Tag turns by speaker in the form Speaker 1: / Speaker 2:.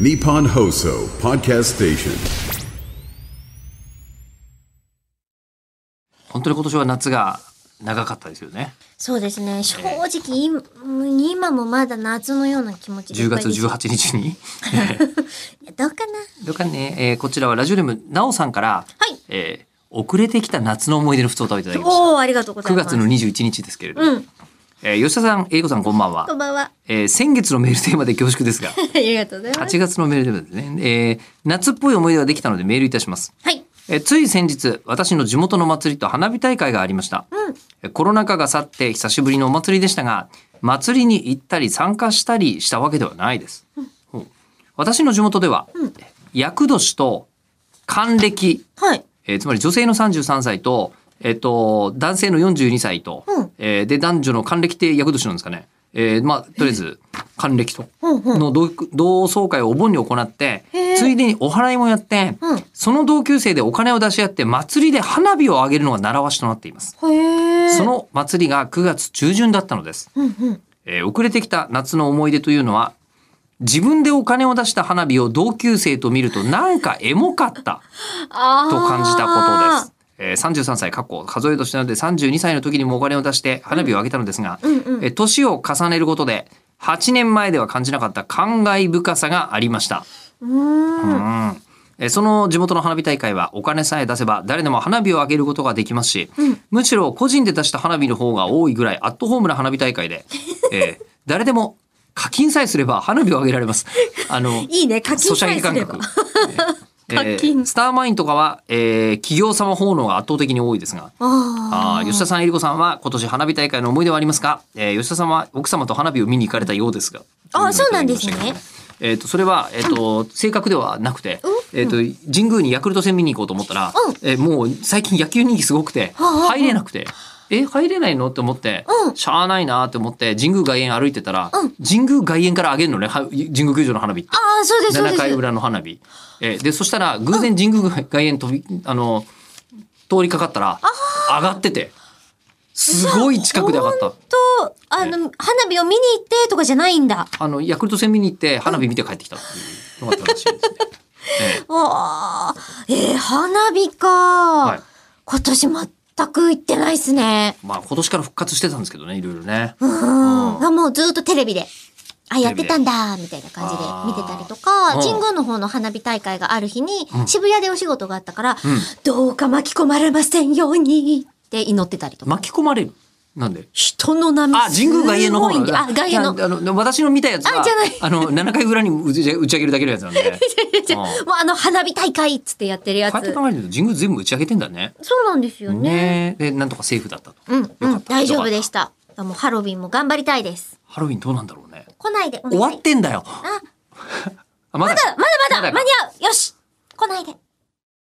Speaker 1: Nippon Hoso Podcast Station.
Speaker 2: 本当に今年は夏が長かったですよね。
Speaker 3: そうですね。正直、今今もまだ夏のような気持ちで
Speaker 2: 10
Speaker 3: いっぱい
Speaker 2: 月
Speaker 3: です。
Speaker 2: 18日に。
Speaker 3: どうかな
Speaker 2: どうかね、えーこちらはラジオネームなおさんから、
Speaker 3: はい
Speaker 2: えー遅れてきた夏の思い出の不通歌をいただきました。
Speaker 3: おおー、ありがとうござい
Speaker 2: 9
Speaker 3: ま
Speaker 2: 月
Speaker 3: す。
Speaker 2: の21日ですけれども、
Speaker 3: うん。
Speaker 2: えー吉田さん、えいこさんこんばんは
Speaker 3: こん。ばんは。
Speaker 2: えー先月のメールテーマで恐縮です が、
Speaker 3: ありがとうございます。
Speaker 2: 8月のメールテーマですね、えー夏っぽい思い出ができたのでメールいたします。
Speaker 3: はい。
Speaker 2: えーつい先日、私の地元の祭りと花火大会がありました。えーコロナ禍が去って久しぶりのお祭りでしたが、祭りに行ったり参加したりしたわけではないです。ほう私の地元では、厄年と還暦、
Speaker 3: はい。
Speaker 2: えーつまり女性の33歳と、えっ、と、男性の42歳と、
Speaker 3: うん
Speaker 2: えーで、男女の還暦って厄年なんですかね。えーまあ、とりあえず、還暦と。
Speaker 3: うんうん。
Speaker 2: の同同窓会をお盆に行って
Speaker 3: へー
Speaker 2: ついでにお祓いもやって、
Speaker 3: うん
Speaker 2: その同級生でお金を出し合って祭りで花火を上げるのが習わしとなっています、
Speaker 3: へえ。
Speaker 2: その祭りが9月中旬だったのです、
Speaker 3: うんうん。
Speaker 2: えー遅れてきた夏の思い出というのは自分でお金を出した花火を同級生と見るとなんかエモかった
Speaker 3: ああ。
Speaker 2: と感じたことです。えー33歳、過去、数え年なので32歳の時にもお金を出して花火を上げたのですが、
Speaker 3: うんうん
Speaker 2: えー年を重ねることで、8年前では感じなかった感慨深さがありました。
Speaker 3: うーん。
Speaker 2: うんえーその地元の花火大会はお金さえ出せば誰でも花火を上げることができますし、むしろ個人で出した花火の方が多いぐらいアットホームな花火大会で、えー誰でも課金さえすれば花火を上げられます。あの、
Speaker 3: いいね。課金
Speaker 2: ソシ
Speaker 3: さ
Speaker 2: ャ
Speaker 3: え
Speaker 2: ゲ
Speaker 3: す
Speaker 2: 感
Speaker 3: れ
Speaker 2: 覚
Speaker 3: ば。。
Speaker 2: えー
Speaker 3: 課金
Speaker 2: スターマインとかは、えー企業様奉納が圧倒的に多いですが、
Speaker 3: あ
Speaker 2: あ
Speaker 3: あ。
Speaker 2: ー吉田さん、えりこさんは今年花火大会の思い出はありますか、えー吉田さんは奥様と花火を見に行かれたようですが。
Speaker 3: あーそうなんですね
Speaker 2: えっ、と、それは、えっ、と、正確ではなくて、えっ、と、神宮にヤクルト戦見に行こうと思ったら、
Speaker 3: うん
Speaker 2: えーもう最近野球人気すごくて、
Speaker 3: はあ
Speaker 2: 入れなくて、え、入れないのって思って、
Speaker 3: うん
Speaker 2: しゃあないなって思って、神宮外苑歩いてたら、
Speaker 3: うん
Speaker 2: 神宮外苑から上げるのね、は神宮球場の花火って。
Speaker 3: ああ、そうです、そうで
Speaker 2: 7
Speaker 3: す。
Speaker 2: 回裏の花火。えーで、そしたら、偶然神宮外苑飛び、あの、通りかかったら、上がってて、すごい近くで上がった。
Speaker 3: と、あの、花火を見に行ってとかじゃないんだ。
Speaker 2: あの、ヤクルト戦見に行って、花火見て帰ってきたっていうのが正しいですね。えー
Speaker 3: ああ。えー、花火か、
Speaker 2: はい
Speaker 3: 今年全く行ってないですね。
Speaker 2: まあ、今年から復活してたんですけどね、いろいろね。
Speaker 3: うん。がもうずっとテレビで。あ、やってたんだ、みたいな感じで
Speaker 2: あー
Speaker 3: 見てたりとか、
Speaker 2: うん
Speaker 3: 神宮の方の花火大会がある日に、渋谷でお仕事があったから、どうか巻き込まれませんようにって祈ってたりとか。
Speaker 2: 巻き込まれる。なんで
Speaker 3: 人の波
Speaker 2: あ、神宮外苑の方
Speaker 3: すごい
Speaker 2: の
Speaker 3: んであ、外 苑の。
Speaker 2: あの、私の見たやつは、
Speaker 3: あじゃない
Speaker 2: あの、7回裏に打ち打ち上げるだけのやつなん で。
Speaker 3: じゃもうあの花火大会っつってやってるや
Speaker 2: こうやって
Speaker 3: つ。
Speaker 2: 考えると、神宮全部打ち上げてんだね。
Speaker 3: そうなんですよね。
Speaker 2: ねえで、なんとかセーフだったと。
Speaker 3: うん、う
Speaker 2: よかっ
Speaker 3: ん、
Speaker 2: た
Speaker 3: 大丈夫でした。もうハロウィンも頑張りたいです。
Speaker 2: ハロウィンどうなんだろうね。
Speaker 3: 来ないで。
Speaker 2: 終わってんだよ。
Speaker 3: あ、
Speaker 2: あまだ
Speaker 3: まだまだ
Speaker 2: まだ
Speaker 3: 間に合うよし来ないで